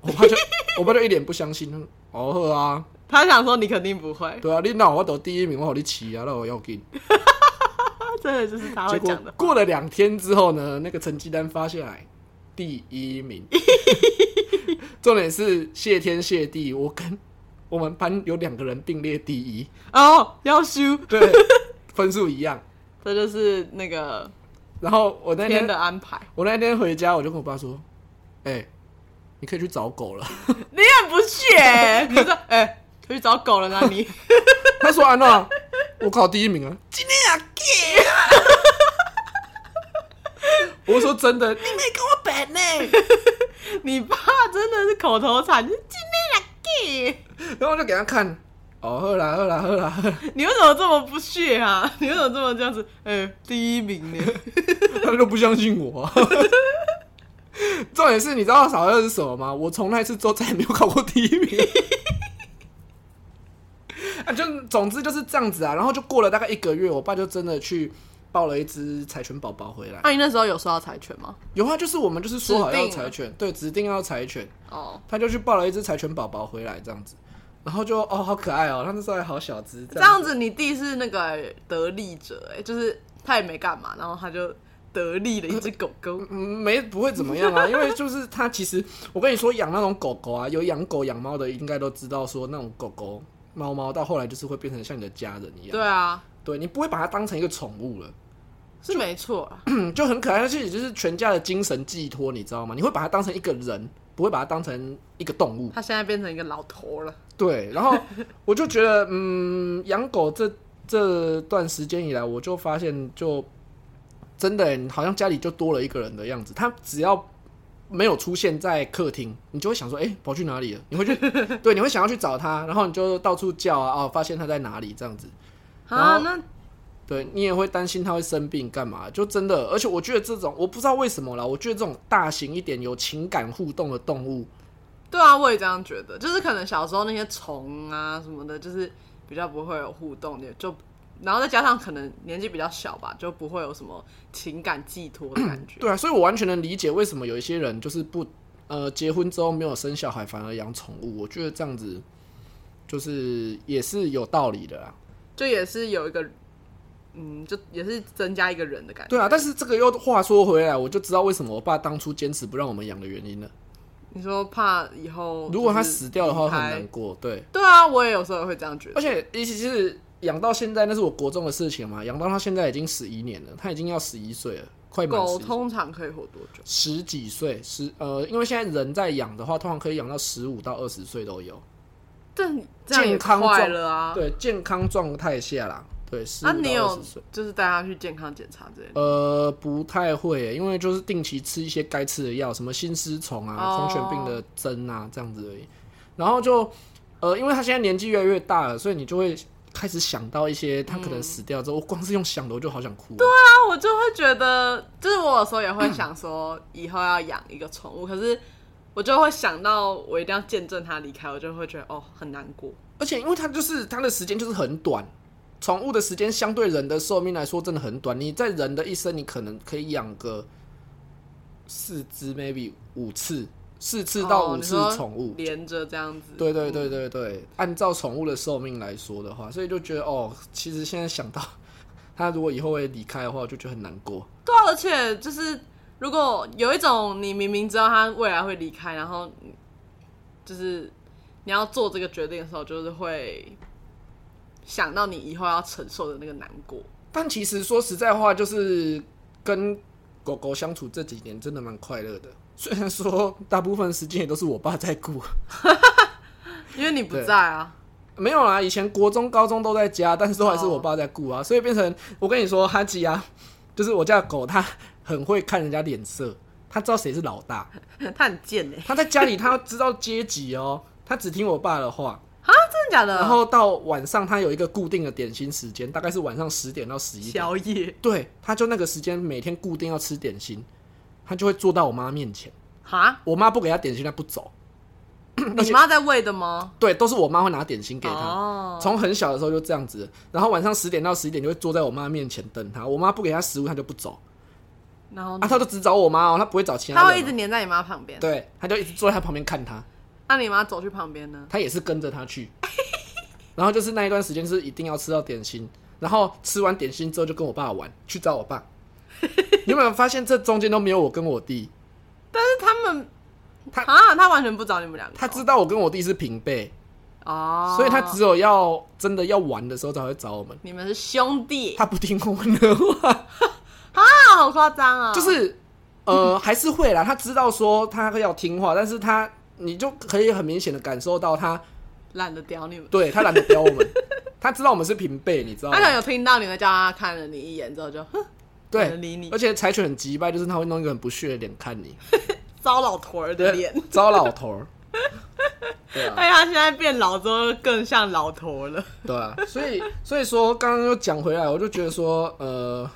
Speaker 2: 我爸就 *laughs* 我爸就一脸不相信，他说哦呵啊，
Speaker 1: 他想说你肯定不会，
Speaker 2: 对啊，你那我得第一名，我好你骑啊，那我要给。
Speaker 1: 他真的就是他
Speaker 2: 结
Speaker 1: 会
Speaker 2: 果
Speaker 1: 讲的。
Speaker 2: 过了两天之后呢，那个成绩单发下来，第一名。 *laughs* 重点是谢天谢地，我跟我们班有两个人并列第一，
Speaker 1: 哦，要修，
Speaker 2: 对，分数一样。
Speaker 1: 这就是那个
Speaker 2: 然后我那
Speaker 1: 天
Speaker 2: 天
Speaker 1: 的安排。
Speaker 2: 我那天回家，我就跟我爸说：“哎、你可以去找狗了。
Speaker 1: 你很不屑
Speaker 2: *laughs*
Speaker 1: 欸，你就说哎、出去找狗了那你。”
Speaker 2: 他说：“安娜，我考第一名啊！”今天啊，我说真的，你没跟我摆呢。
Speaker 1: *laughs* 你爸真的是口头禅，就是今天来
Speaker 2: 然后我就给他看，哦，喝啦喝啦喝啦喝啦， *laughs*
Speaker 1: 给。你为什么这么不屑啊？ *laughs* 你为什么这么这样子？哎、第一名
Speaker 2: *laughs*
Speaker 1: 呢？
Speaker 2: 他就不相信我。 *laughs* 重点是，你知道少二是什么吗？我从那一次之后再也没有考过第一名。 *laughs* 啊，就总之就是这样子啊。然后就过了大概一个月，我爸就真的去抱了一只柴犬宝宝回来。
Speaker 1: 那、你那时候有收到柴犬吗？
Speaker 2: 有啊，就是我们就是说好
Speaker 1: 指
Speaker 2: 要
Speaker 1: 定啊
Speaker 2: 柴犬，对，指定要柴犬，
Speaker 1: 哦，
Speaker 2: 他就去抱了一只柴犬宝宝回来这样子。然后就哦，好可爱哦，他那时候还好小只，
Speaker 1: 这样子你弟是那个得利者、哎，就是他也没干嘛，然后他就得利了一只狗狗。
Speaker 2: 嗯，没不会怎么样啊，因为就是它其实，我跟你说养那种狗狗啊，有养狗养猫的应该都知道，说那种狗狗猫猫到后来就是会变成像你的家人一样，
Speaker 1: 对啊，
Speaker 2: 对你不会把它当成一个宠物了，
Speaker 1: 是没错啊啦。
Speaker 2: 嗯，就很可爱，而且也就是全家的精神寄托，你知道吗？你会把它当成一个人，不会把它当成一个动物，
Speaker 1: 他现在变成一个老头了。
Speaker 2: 对。然后我就觉得，嗯，养狗这这段时间以来，我就发现就真的、欸、好像家里就多了一个人的样子，它只要没有出现在客厅，你就会想说，哎、跑去哪里了？你会去，对，你会想要去找他，然后你就到处叫啊，哦，发现他在哪里这样子，然
Speaker 1: 啊，
Speaker 2: 后
Speaker 1: 那
Speaker 2: 对你也会担心他会生病干嘛？就真的，而且我觉得这种我不知道为什么啦，我觉得这种大型一点有情感互动的动物，
Speaker 1: 对啊，我也这样觉得，就是可能小时候那些虫啊什么的，就是比较不会有互动，也就然后再加上可能年纪比较小吧，就不会有什么情感寄托的感觉。
Speaker 2: 对啊，所以我完全能理解为什么有一些人就是不呃结婚之后没有生小孩，反而养宠物。我觉得这样子就是也是有道理的啊啦。
Speaker 1: 就也是有一个，嗯，就也是增加一个人的感觉。
Speaker 2: 对啊，但是这个又话说回来，我就知道为什么我爸当初坚持不让我们养的原因了。
Speaker 1: 你说怕以后
Speaker 2: 如果他
Speaker 1: 就是
Speaker 2: 死掉的话，
Speaker 1: 离
Speaker 2: 很
Speaker 1: 开
Speaker 2: 难过。对，
Speaker 1: 对啊，我也有时候会这样觉
Speaker 2: 而
Speaker 1: 得。
Speaker 2: 且尤其是养到现在，那是我国中的事情嘛，养到他现在已经十一年了，他已经要十一岁了，快满
Speaker 1: 狗
Speaker 2: 十
Speaker 1: 通常可以活多久？
Speaker 2: 十几岁，十呃，因为现在人在养的话，通常可以养到十五到二十岁都有。
Speaker 1: 但这样也
Speaker 2: 健康状
Speaker 1: 快了啊！
Speaker 2: 对健康状态下啦，对，十
Speaker 1: 那
Speaker 2: 五
Speaker 1: 你
Speaker 2: 到二
Speaker 1: 有
Speaker 2: 十岁。
Speaker 1: 就是带他去健康检查之类的？
Speaker 2: 呃，不太会耶，因为就是定期吃一些该吃的药，什么心丝虫啊、
Speaker 1: 哦
Speaker 2: 狂犬病的针啊这样子而已。然后就呃，因为他现在年纪越来越大了，所以你就会开始想到一些他可
Speaker 1: 嗯
Speaker 2: 能死掉之后，我光是用想的我就好想哭、对啊，
Speaker 1: 那我就会觉得，就是我有时候也会想说，以后要养一个宠物，可是我就会想到我一定要见证它离开，我就会觉得哦很难过。
Speaker 2: 而且因为它就是它的时间就是很短，宠物的时间相对人的寿命来说真的很短。你在人的一生，你可能可以养个四只，maybe 五次，四次到
Speaker 1: 哦
Speaker 2: 五
Speaker 1: 你嗯
Speaker 2: 次
Speaker 1: 说
Speaker 2: 宠物。
Speaker 1: 连着这样子，
Speaker 2: 对对对对对，按照宠物的寿命来说的话，所以就觉得哦，其实现在想到它如果以后会离开的话，我就觉得很难过。
Speaker 1: 对啊，而且就是如果有一种你明明知道它未来会离开，然后就是你要做这个决定的时候，就是会想到你以后要承受的那个难过。
Speaker 2: 但其实说实在话，就是跟狗狗相处这几年真的蛮快乐的。虽然说大部分时间也都是我爸在顾，
Speaker 1: 因为你不
Speaker 2: 对
Speaker 1: 在啊， *laughs*
Speaker 2: 没有啦，以前国中、高中都在家，但是都还是我爸在顾啊，所以变成我跟你说，哈吉啊，就是我家的狗，它很会看人家脸色，它知道谁是老大，
Speaker 1: 他很贱哎、
Speaker 2: 它在家里它知道阶级哦，它只听我爸的话，
Speaker 1: 啊，真的假的？
Speaker 2: 然后到晚上，它有一个固定的点心时间，大概是晚上十点到十一点。
Speaker 1: 宵夜
Speaker 2: 对，它就那个时间每天固定要吃点心，它就会坐到我妈面前。
Speaker 1: *laughs* 哈，
Speaker 2: 我妈不给它点心，它不走。而
Speaker 1: 你
Speaker 2: 且
Speaker 1: 妈在喂的吗？
Speaker 2: 对，都是我妈会拿点心给它。
Speaker 1: 哦，
Speaker 2: 从很小的时候就这样子，然后晚上十点到十一点就会坐在我妈面前等它。我妈不给它食物，它就不走
Speaker 1: 然后
Speaker 2: 啊，它就只找我妈哦，它不会找其
Speaker 1: 他
Speaker 2: 他
Speaker 1: 会一
Speaker 2: 人
Speaker 1: 直
Speaker 2: 哦。
Speaker 1: 黏在你妈旁边，
Speaker 2: 对，它就一直坐在它旁边看它。
Speaker 1: 那你妈走去旁边呢？
Speaker 2: 他也是跟着他去。 *laughs* 然后就是那一段时间是一定要吃到点心，然后吃完点心之后就跟我爸玩，去找我
Speaker 1: *laughs*
Speaker 2: 爸。你有没有发现这中间都没有我跟我弟？
Speaker 1: 但是他们，
Speaker 2: 他
Speaker 1: 啊，他完全不找你们两个哦，
Speaker 2: 他知道我跟我弟是平辈，
Speaker 1: 哦，
Speaker 2: 所以他只有要真的要玩的时候才会找我们。
Speaker 1: 你们是兄弟
Speaker 2: 他不听我们的话，
Speaker 1: 啊，好夸张啊！
Speaker 2: 就是呃还是会啦。他知道说他要听话，但是他你就可以很明显的感受到他
Speaker 1: 懒得屌你们。
Speaker 2: 对他懒得屌我
Speaker 1: *laughs*
Speaker 2: 们，他知道我们是平辈，你知道吗
Speaker 1: 他可？能有听到你们叫他看了你一眼之后就哼，
Speaker 2: 对，
Speaker 1: 懒得理你
Speaker 2: 而且柴犬很急败，就是他会弄一个很不屑的脸看你，啊
Speaker 1: 糟老头儿的脸。
Speaker 2: 糟老头儿。对啊，
Speaker 1: 哎呀，现在变老之后更像老头了。
Speaker 2: 对啊，所以所以说刚刚又讲回来，我就觉得说，呃，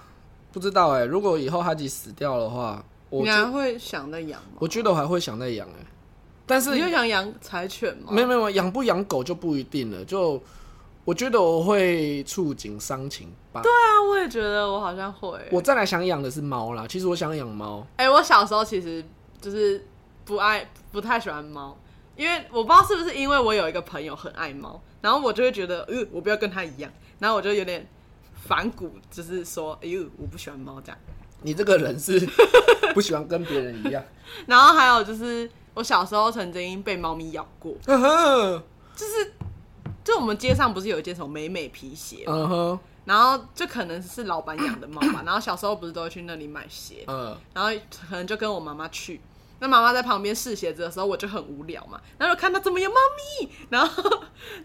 Speaker 2: 不知道哎、如果以后哈吉死掉的话，我
Speaker 1: 你
Speaker 2: 就
Speaker 1: 还会想着养吗？
Speaker 2: 我觉得我还会想再养哎、但是
Speaker 1: 你会想养柴犬吗？
Speaker 2: 没有没有养不养狗就不一定了，就我觉得我会触景伤情吧。
Speaker 1: 对啊，我也觉得我好像会。
Speaker 2: 我再来想养的是猫啦，其实我想养猫，
Speaker 1: 哎、我小时候其实就是不爱，不太喜欢猫，因为我不知道是不是因为我有一个朋友很爱猫，然后我就会觉得，呃，我不要跟他一样，然后我就有点反骨，就是说，哎呦，我不喜欢猫这样。
Speaker 2: 你这个人
Speaker 1: *laughs*
Speaker 2: 是不喜欢跟别人一样。
Speaker 1: 然后还有就是，我小时候曾经被猫咪咬过，
Speaker 2: 嗯哼，
Speaker 1: 就是就我们街上不是有一间什么美美皮鞋，
Speaker 2: 嗯哼，
Speaker 1: 然后就可能是老板养的猫吧，然后小时候不是都会去那里买鞋，
Speaker 2: 嗯。
Speaker 1: 然后可能就跟我妈妈去。那妈妈在旁边试鞋子的时候，我就很无聊嘛，然后就看到怎么有猫咪，然后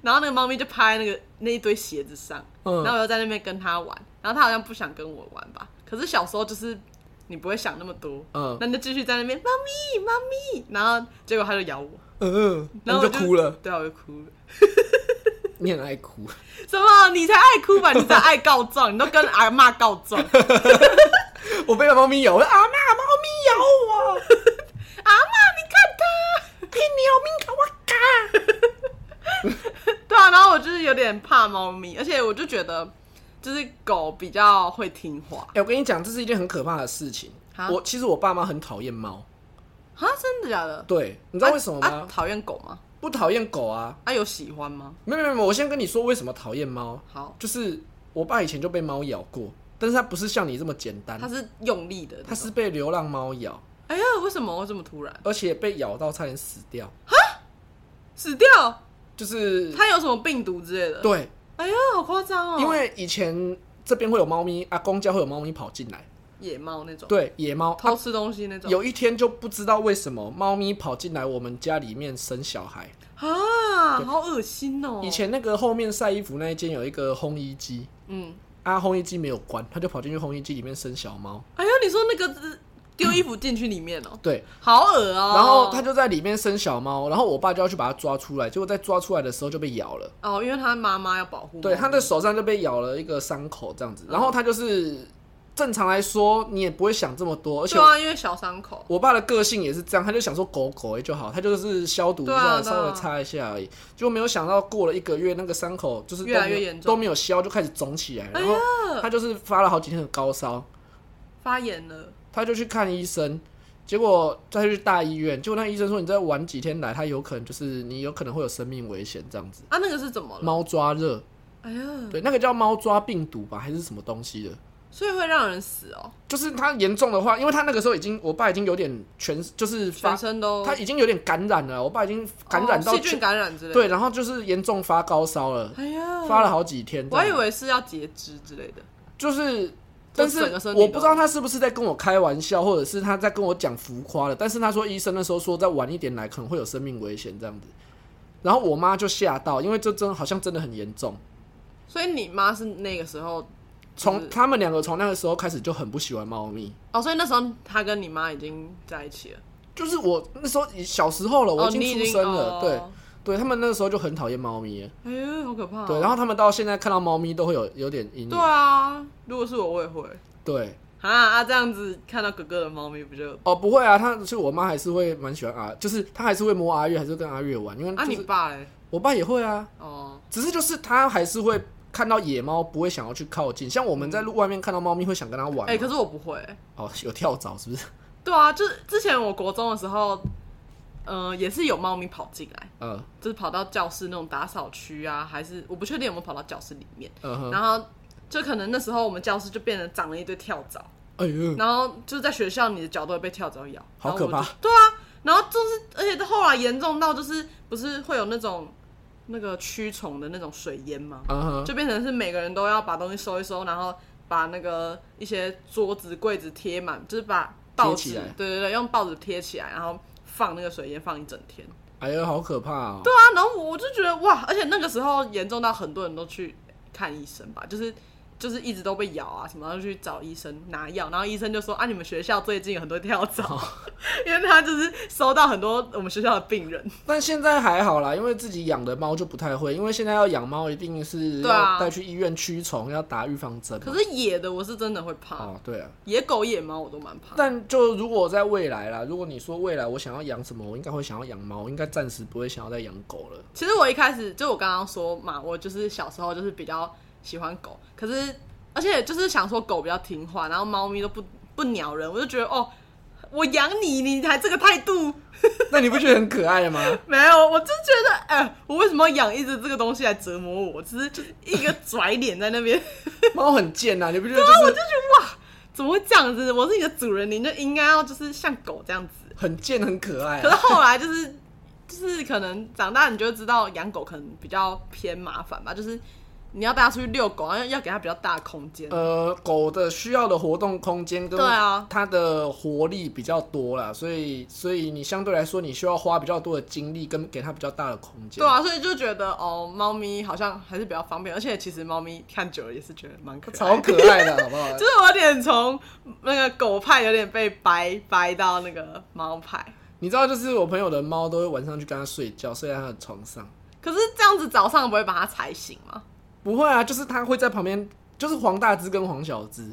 Speaker 1: 然后那个猫咪就趴在那个那一堆鞋子上，
Speaker 2: 嗯
Speaker 1: 然后我就在那边跟它玩，然后它好像不想跟我玩吧。可是小时候就是你不会想那么多，
Speaker 2: 嗯
Speaker 1: 那你就继续在那边猫咪猫咪，然后结果它就咬我，
Speaker 2: 嗯，
Speaker 1: 然
Speaker 2: 然
Speaker 1: 后
Speaker 2: 后
Speaker 1: 我
Speaker 2: 就哭
Speaker 1: *laughs*
Speaker 2: 了，，
Speaker 1: 对啊，我就哭了。
Speaker 2: 你很爱哭。
Speaker 1: 什么？你才爱哭吧？你才爱告状，你都跟阿嬷告状，
Speaker 2: 我被猫咪咬，我说阿妈，猫咪咬我，
Speaker 1: *laughs* 阿嬷，你看它。
Speaker 2: 被鸟咪咬我嘎。
Speaker 1: 对啊，然后我就是有点怕猫咪，而且我就觉得就是狗比较会听话
Speaker 2: 哎、我跟你讲，这是一件很可怕的事情
Speaker 1: 啊。
Speaker 2: 我其实我爸妈很讨厌猫，
Speaker 1: 啊，真的假的？
Speaker 2: 对，你
Speaker 1: 你
Speaker 2: 知道为什么吗？
Speaker 1: 讨厌、狗吗？
Speaker 2: 不讨厌狗啊，
Speaker 1: 啊，有喜欢吗？
Speaker 2: 没有没有没有，我先跟你说为什么讨厌猫，
Speaker 1: 好，
Speaker 2: 就是我爸以前就被猫咬过，但是他不是像你这么简单
Speaker 1: 它，是用力的那种，
Speaker 2: 他是被流浪猫咬，
Speaker 1: 哎呀，为什么会这么突然
Speaker 2: 而且被咬到差点死掉，
Speaker 1: 死掉？
Speaker 2: 就是
Speaker 1: 它有什么病毒之类的？，
Speaker 2: 对，
Speaker 1: 哎呀，好夸张哦！
Speaker 2: 因为以前这边会有猫咪，阿公家会有猫咪跑进来。
Speaker 1: 野猫那种，，
Speaker 2: 对，野猫啊
Speaker 1: 偷吃东西那种，
Speaker 2: 有一天就不知道为什么猫咪跑进来我们家里面生小孩。
Speaker 1: 啊，好恶心哦！
Speaker 2: 以前那个后面晒衣服那一间有一个烘衣机，
Speaker 1: 嗯，
Speaker 2: 啊，烘衣机没有关，它就跑进去烘衣机里面生小猫。
Speaker 1: 哎呦，你说那个呃丢衣服进去里面哦、
Speaker 2: 对，
Speaker 1: 好恶哦、
Speaker 2: 然后它就在里面生小猫，然后我爸就要去把它抓出来，结果在抓出来的时候就被咬了。
Speaker 1: 哦，因为他妈妈要保护猫，
Speaker 2: 对，他的手上就被咬了一个伤口这样
Speaker 1: 嗯
Speaker 2: 子。然后他就是正常来说，你也不会想这么多，而且
Speaker 1: 对啊，因为小伤口，
Speaker 2: 我爸的个性也是这样，他就想说狗狗欸也就好，他就是消毒一下，
Speaker 1: 对啊对啊
Speaker 2: 稍微擦一下而已。就没有想到过了一个月，那个伤口就是都没有
Speaker 1: 越来越严重
Speaker 2: 都没有消，就开始肿起来，
Speaker 1: 哎
Speaker 2: 然
Speaker 1: 呀
Speaker 2: 后他就是发了好几天的高烧，
Speaker 1: 发炎了，
Speaker 2: 他就去看医生。结果再去大医院，结果那医生说你再晚几天来，他有可能就是你有可能会有生命危险这样子。
Speaker 1: 啊，那个是怎么了？
Speaker 2: 猫抓热，
Speaker 1: 哎呀，
Speaker 2: 对，那个叫猫抓病毒吧，还是什么东西的？
Speaker 1: 所以会让人死哦、
Speaker 2: 就是他严重的话，因为他那个时候已经，我爸已经有点全就是发
Speaker 1: 全身都
Speaker 2: 他已经有点感染了，我爸已经感染到
Speaker 1: 哦细
Speaker 2: 全、
Speaker 1: 菌感染之类的，
Speaker 2: 对，然后就是严重发高烧了，
Speaker 1: 哎呀，
Speaker 2: 发了好几天这
Speaker 1: 我
Speaker 2: 样。
Speaker 1: 还以为是要截肢之类的，
Speaker 2: 就是，但是
Speaker 1: 整个身体都
Speaker 2: 我不知道他是不是在跟我开玩笑，或者是他在跟我讲浮夸的。但是他说医生那时候说再晚一点来可能会有生命危险这样子，然后我妈就吓到，因为这真好像真的很严重。
Speaker 1: 所以你妈是那个时候
Speaker 2: 从他们两个从那个时候开始就很不喜欢猫咪，
Speaker 1: 哦，所以那时候她跟你妈已经在一起了，
Speaker 2: 就是我那时候已小时候了，我
Speaker 1: 哦你
Speaker 2: 经出
Speaker 1: 已
Speaker 2: 生了，
Speaker 1: 哦
Speaker 2: 对。对他们那时候就很讨厌猫咪了，
Speaker 1: 哎呀，好可怕、哦！
Speaker 2: 对，然后他们到现在看到猫咪都会有有点阴
Speaker 1: 对
Speaker 2: 影，
Speaker 1: 啊，如果是我，我也会
Speaker 2: 对，
Speaker 1: 啊啊，这样子看到哥哥的猫咪不就？
Speaker 2: 哦，不会啊，他是我妈还是会蛮喜欢阿，就是她还是会摸阿月，还是跟阿月玩，因为
Speaker 1: 啊，
Speaker 2: 就
Speaker 1: 你
Speaker 2: 是
Speaker 1: 爸嘞？
Speaker 2: 我爸也会啊，
Speaker 1: 哦，
Speaker 2: 只是就是他还是会看到野猫不会想要去靠近，像我们在路外面看到猫咪会想跟它玩嘛，
Speaker 1: 哎、可是我不会。
Speaker 2: 哦有跳蚤是
Speaker 1: *laughs*
Speaker 2: 不是？
Speaker 1: 对啊，就是之前我国中的时候，呃，也是有猫咪跑进来，
Speaker 2: 呃
Speaker 1: 就是跑到教室那种打扫区啊，还是我不确定有没有跑到教室里面。
Speaker 2: 呃哼，
Speaker 1: 然后就可能那时候我们教室就变得长了一堆跳蚤，
Speaker 2: 哎呦，
Speaker 1: 然后就在学校你的脚都会被跳蚤咬，
Speaker 2: 好可怕
Speaker 1: 然后我就对啊，然后就是而且后来严重到就是不是会有那种那个驱虫的那种水淹吗？
Speaker 2: 嗯哼，
Speaker 1: 就变成是每个人都要把东西收一收，然后把那个一些桌子、柜子贴满，就是把报
Speaker 2: 贴起
Speaker 1: 纸
Speaker 2: 来，
Speaker 1: 对对对，用报纸贴起来，然后放那个水淹放一整天。
Speaker 2: 哎呦，好可怕哦，
Speaker 1: 对啊，然后我就觉得哇，而且那个时候严重到很多人都去看医生吧，就是。就是一直都被咬啊，什么然后去找医生拿药，然后医生就说啊，你们学校最近有很多跳蚤， *laughs* 因为他就是收到很多我们学校的病人，
Speaker 2: 但现在还好啦，因为自己养的猫就不太会，因为现在要养猫一定是
Speaker 1: 对啊
Speaker 2: 要带去医院驱虫，要打预防针嘛。
Speaker 1: 可是野的我是真的会怕，
Speaker 2: 哦，对啊，
Speaker 1: 野狗、野猫我都蛮怕。
Speaker 2: 但就如果在未来啦，如果你说未来我想要养什么，我应该会想要养猫，应该暂时不会想要再养狗了。
Speaker 1: 其实我一开始就我刚刚说嘛，我就是小时候就是比较喜欢狗，可是而且就是想说狗比较听话，然后猫咪都不不鸟人，我就觉得哦，我养你，你还这个态度，
Speaker 2: 那你不觉得很可爱吗？
Speaker 1: 没有，我就觉得哎、我为什么要养一只这个东西来折磨我？只是一个拽脸在那边， *laughs*
Speaker 2: 猫很贱啊呐、你不觉得就是
Speaker 1: 怎么会这样子？我是你的主人，你就应该要就是像狗这样子。
Speaker 2: 很贱很可爱、
Speaker 1: 可是
Speaker 2: 啊？
Speaker 1: 后来就是就是可能长大你就会知道养狗可能比较偏麻烦吧，就是。你要带它出去遛狗，然后要给它比较大的空间。
Speaker 2: 呃，狗的需要的活动空间跟
Speaker 1: 对啊
Speaker 2: 它的活力比较多啦，所以所以你相对来说你需要花比较多的精力跟给它比较大的空间。
Speaker 1: 对啊，所以就觉得哦，猫咪好像还是比较方便，而且其实猫咪看久了也是觉得蛮可爱
Speaker 2: 超
Speaker 1: 的。
Speaker 2: 可爱
Speaker 1: *laughs*
Speaker 2: 的，好不好？
Speaker 1: 就是我有点从那个狗派有点被掰掰到那个猫派，
Speaker 2: 你知道，就是我朋友的猫都会晚上去跟它睡觉，睡在它的床上。
Speaker 1: 可是这样子早上不会把它踩醒吗？
Speaker 2: 不会啊，就是它会在旁边，就是黄大只跟黄小只。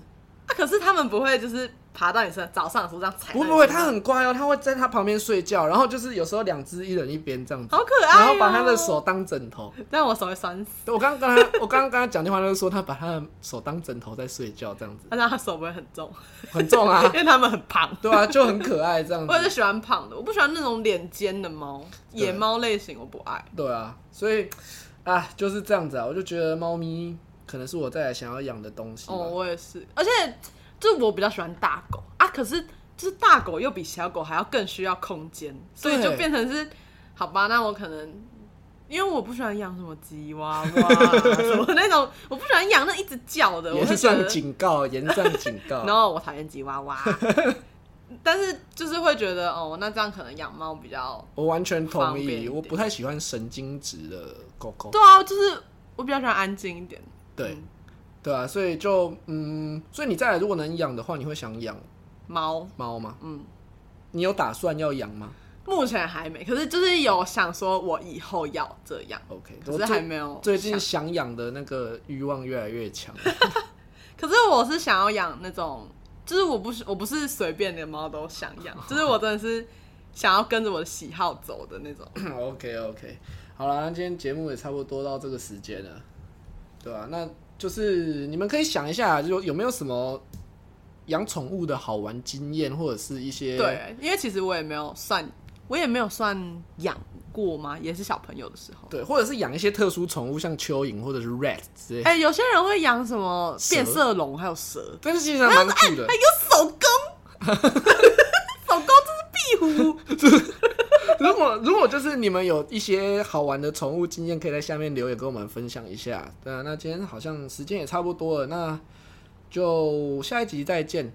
Speaker 1: 啊，可是他们不会就是爬到你身上，早上的时候这样踩到
Speaker 2: 不
Speaker 1: 你身上。
Speaker 2: 会不会，它很乖哦，它会在它旁边睡觉，然后就是有时候两只一人一边这样子，
Speaker 1: 好可爱、哦
Speaker 2: 然后把它的手，当枕头。
Speaker 1: 但我手会酸死，
Speaker 2: 我刚刚跟他，我刚刚跟他讲电话，就是说他把他的手当枕头在睡觉，这样子
Speaker 1: 但是它手不会很重，
Speaker 2: 很重啊
Speaker 1: *laughs* 因，为它们很胖。
Speaker 2: 对啊，就很可爱这样
Speaker 1: 我也
Speaker 2: 子，
Speaker 1: 是喜欢胖的，我不喜欢那种脸尖的猫，
Speaker 2: 对
Speaker 1: 野猫类型我不爱。
Speaker 2: 对啊，所以啊就是这样子啊，我就觉得猫咪可能是我再来想要养的东西吧。
Speaker 1: 哦，我也是，而且就我比较喜欢大狗啊，可是就是大狗又比小狗还要更需要空间，所以
Speaker 2: 对
Speaker 1: 就变成是，好吧，那我可能因为我不喜欢养什么吉娃娃 *laughs* 什么那种，我不喜欢养那一直叫的，我
Speaker 2: 严
Speaker 1: 会觉
Speaker 2: 上
Speaker 1: 得
Speaker 2: 警告，严上警
Speaker 1: *laughs*
Speaker 2: 告。
Speaker 1: ，no，我讨厌吉娃 *laughs* 娃。但是就是会觉得哦，那这样可能养猫比较
Speaker 2: 我完全
Speaker 1: 方
Speaker 2: 同
Speaker 1: 便一
Speaker 2: 意，
Speaker 1: 点
Speaker 2: 我不太喜欢神经质的狗狗
Speaker 1: 对。啊，就是我比较喜欢安静一点。
Speaker 2: 对
Speaker 1: 嗯，
Speaker 2: 对啊，所以就嗯，所以你再来，如果能养的话，你会想养
Speaker 1: 猫，
Speaker 2: 猫吗？
Speaker 1: 嗯，
Speaker 2: 你有打算要养吗
Speaker 1: 目前还没，可是就是有想说，我以后要这样，
Speaker 2: ？OK，
Speaker 1: 可
Speaker 2: 我
Speaker 1: 是
Speaker 2: 最
Speaker 1: 还没有
Speaker 2: 最近
Speaker 1: 想
Speaker 2: 想养的那个欲望越来越强。
Speaker 1: 可是我是想要养那种，就是我不是我不是随便的猫都想养，就是我真的是想要跟着我的喜好走的那种。
Speaker 2: *clears throat* OK OK，好了，那今天节目也差不多到这个时间了，对吧、那就是你们可以想一下，就有没有什么养宠物的好玩经验，或者是一些
Speaker 1: 对，因为其实我也没有算，我也没有算养过嘛，也是小朋友的时候。
Speaker 2: 对，或者是养一些特殊宠物，像蚯蚓或者是 rat 之类的。
Speaker 1: 哎、有些人会养什么
Speaker 2: 蛇
Speaker 1: 变色龙，还有蛇，
Speaker 2: 但是其实还蛮酷的
Speaker 1: 还，有手工，
Speaker 2: *laughs*
Speaker 1: 手工这是壁虎。哎
Speaker 2: 如果如果就是你们有一些好玩的宠物经验，可以在下面留言跟我们分享一下。对啊，那今天好像时间也差不多了，那就下一集再见。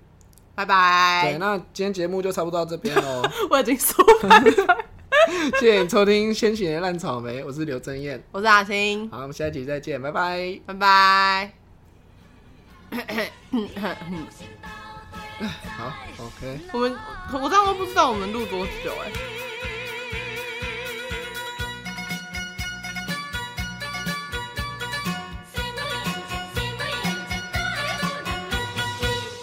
Speaker 1: 拜
Speaker 2: 对，
Speaker 1: 拜，
Speaker 2: 那今天节目就差不多到这边喽。
Speaker 1: 我已经说拜拜。
Speaker 2: *laughs* 谢谢你收听《先行的烂草莓》，我是刘真燕。
Speaker 1: 我是阿青，
Speaker 2: 好，我们下一集再见，拜拜。
Speaker 1: 拜拜。 *coughs* 嗯
Speaker 2: 好，OK。
Speaker 1: 我们我这样都不知道我们录多久哎、